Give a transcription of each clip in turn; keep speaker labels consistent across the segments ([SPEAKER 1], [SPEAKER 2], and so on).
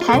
[SPEAKER 1] 台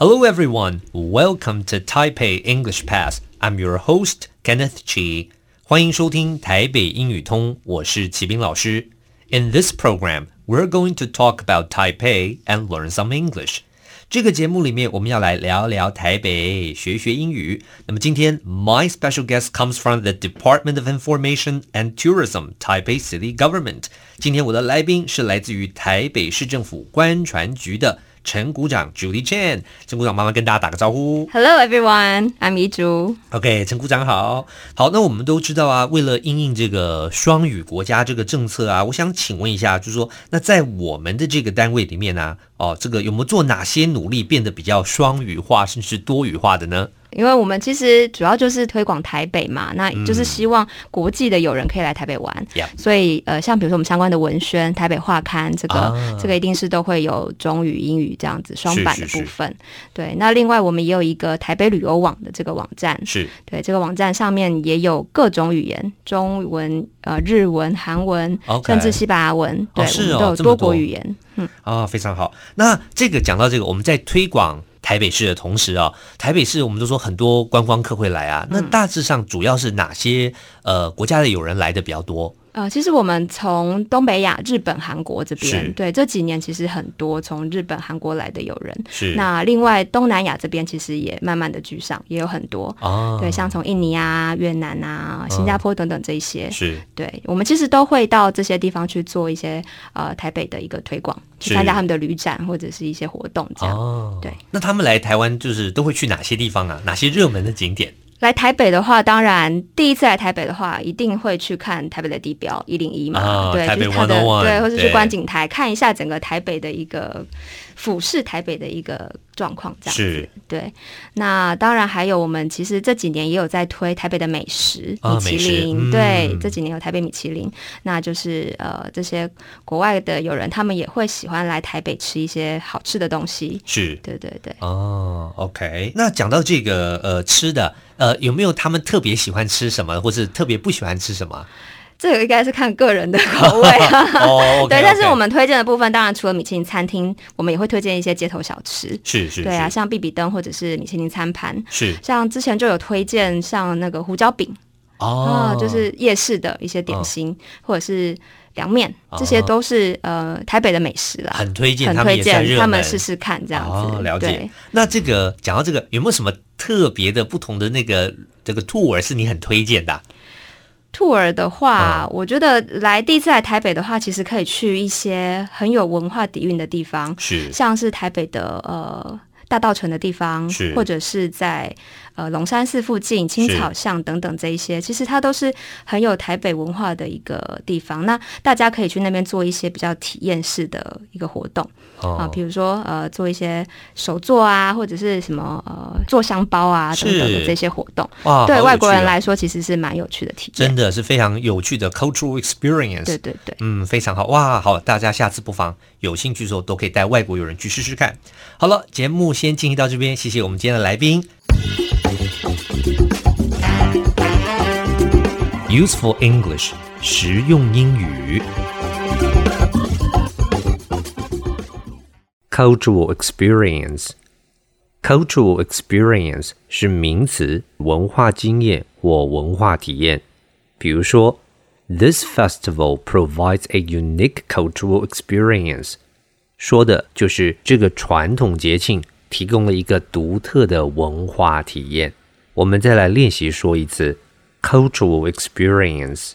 [SPEAKER 2] Hello, everyone. Welcome to Taipei English Pass. I'm your host Kenneth Chi. 欢迎收听台北英语通，我是齐斌老师。In this program, we're going to talk about Taipei and learn some English. 这个节目里面，我们要来聊聊台北，学学英语。那么今天，my special guest comes from the Department of Information and Tourism, Taipei City Government。今天我的来宾是来自于台北市政府观传局的陈股长 Judy Chen。陈股长，妈妈跟大家打个招呼。
[SPEAKER 3] Hello everyone, I'm 遗珠。
[SPEAKER 2] OK，陈股长好，好，那我们都知道啊，为了因应这个双语国家这个政策啊，我想请问一下，就是说，那在我们的这个单位里面呢、哦，这个有没有做哪些努力变得比较双语化，甚至多语化的呢？
[SPEAKER 3] 因为我们其实主要就是推广台北嘛，那就是希望国际的友人可以来台北玩。
[SPEAKER 2] 嗯 Yeah
[SPEAKER 3] 所以呃，像比如说我们相关的文宣、台北画刊，这个、
[SPEAKER 2] 啊
[SPEAKER 3] 这个一定是都会有中语、英语这样子双版的
[SPEAKER 2] 是是
[SPEAKER 3] 部分。对，那另外我们也有一个台北旅游网的这个网站，
[SPEAKER 2] 是
[SPEAKER 3] 对，这个网站上面也有各种语言，中文、呃日文、韩文
[SPEAKER 2] OK
[SPEAKER 3] 甚至西班牙文，对，
[SPEAKER 2] 是
[SPEAKER 3] 我们
[SPEAKER 2] 哦
[SPEAKER 3] 都有
[SPEAKER 2] 这么
[SPEAKER 3] 多
[SPEAKER 2] 多
[SPEAKER 3] 国语言。
[SPEAKER 2] 啊、非常好。那这个讲到这个，我们在推广台北市的同时啊，台北市我们都说很多观光客会来啊，
[SPEAKER 3] 嗯
[SPEAKER 2] 那大致上主要是哪些呃国家的友人来的比较多？
[SPEAKER 3] 呃，其实我们从东北亚、日本、韩国这
[SPEAKER 2] 是
[SPEAKER 3] 边，对这几年其实很多从日本、韩国来的友人。
[SPEAKER 2] 是
[SPEAKER 3] 那另外东南亚这边其实也慢慢的居上，也有很多。
[SPEAKER 2] 啊，
[SPEAKER 3] 对，像从印尼啊、越南啊、
[SPEAKER 2] 嗯
[SPEAKER 3] 新加坡等等这一些，
[SPEAKER 2] 是
[SPEAKER 3] 对我们其实都会到这些地方去做一些呃台北的一个推广，去
[SPEAKER 2] 是
[SPEAKER 3] 参加他们的旅展或者是一些活动这样。
[SPEAKER 2] 哦，
[SPEAKER 3] 对，
[SPEAKER 2] 那他们来台湾就是都会去哪些地方啊？哪些热门的景点？
[SPEAKER 3] 来台北的话，当然第一次来台北的话，一定会去看台北的地标一零一嘛，
[SPEAKER 2] 啊
[SPEAKER 3] 对，
[SPEAKER 2] 台北
[SPEAKER 3] 就是它的
[SPEAKER 2] 101
[SPEAKER 3] 对，或是
[SPEAKER 2] 对
[SPEAKER 3] 去观景台看一下整个台北的一个俯视台北的一个状况，这样子
[SPEAKER 2] 是
[SPEAKER 3] 对。那当然还有我们其实这几年也有在推台北的美食，
[SPEAKER 2] 啊
[SPEAKER 3] 米其林，
[SPEAKER 2] 美食嗯
[SPEAKER 3] 对，这几年有台北米其林，那就是呃这些国外的友人他们也会喜欢来台北吃一些好吃的东西，
[SPEAKER 2] 是
[SPEAKER 3] 对对对。
[SPEAKER 2] 哦，OK。那讲到这个呃吃的，呃有没有他们特别喜欢吃什么，或是特别不喜欢吃什 么？
[SPEAKER 3] 这个应该是看个人的口味、啊
[SPEAKER 2] 哦
[SPEAKER 3] 对
[SPEAKER 2] OK，OK
[SPEAKER 3] 但是我们推荐的部分，当然除了米其林餐厅，我们也会推荐一些街头小吃。
[SPEAKER 2] 是是
[SPEAKER 3] 对啊，
[SPEAKER 2] 是
[SPEAKER 3] 像必比登或者是米其林餐盘，
[SPEAKER 2] 是
[SPEAKER 3] 像之前就有推荐像那个胡椒饼啊、
[SPEAKER 2] 哦，
[SPEAKER 3] 就是夜市的一些点心，或者是凉面，这些
[SPEAKER 2] 哦
[SPEAKER 3] 都是呃台北的美食啦，
[SPEAKER 2] 很推荐，
[SPEAKER 3] 很
[SPEAKER 2] 他们
[SPEAKER 3] 推
[SPEAKER 2] 也算热
[SPEAKER 3] 荐
[SPEAKER 2] 门。
[SPEAKER 3] 他们试试看这样子。
[SPEAKER 2] 哦，了解
[SPEAKER 3] 对。
[SPEAKER 2] 那这个讲到这个，有没有什么特别的、不同的那个这个 tour 是你很推荐的啊、
[SPEAKER 3] tour 的话，
[SPEAKER 2] 嗯
[SPEAKER 3] 我觉得来第一次来台北的话，其实可以去一些很有文化底蕴的地方，
[SPEAKER 2] 是
[SPEAKER 3] 像是台北的呃大道城的地方
[SPEAKER 2] 是，
[SPEAKER 3] 或者是在呃龙山寺附近、青草巷等等这一些，其实它都是很有台北文化的一个地方。那大家可以去那边做一些比较体验式的一个活动啊、
[SPEAKER 2] 哦
[SPEAKER 3] 比如说呃做一些手作啊，或者是什么呃做香包啊等等
[SPEAKER 2] 是
[SPEAKER 3] 的这些活动，
[SPEAKER 2] 哇，好
[SPEAKER 3] 对
[SPEAKER 2] 有
[SPEAKER 3] 外国
[SPEAKER 2] 趣
[SPEAKER 3] 人
[SPEAKER 2] 哦
[SPEAKER 3] 来说其实是蛮有趣的体验。
[SPEAKER 2] 真的是非常有趣的 cultural experience。
[SPEAKER 3] 对对对。
[SPEAKER 2] 嗯，非常好哇！好，大家下次不妨有兴趣的时候都可以带外国友人去试试看。好了，节目先进行到这边，谢谢我们今天的来宾。Useful English，实用英语。Cultural experience，cultural experience 是名词，文化经验或文化体验。比如说，This festival provides a unique cultural experience，说的就是这个传统节庆提供了一个独特的文化体验。我们再来练习说一次 cultural experience。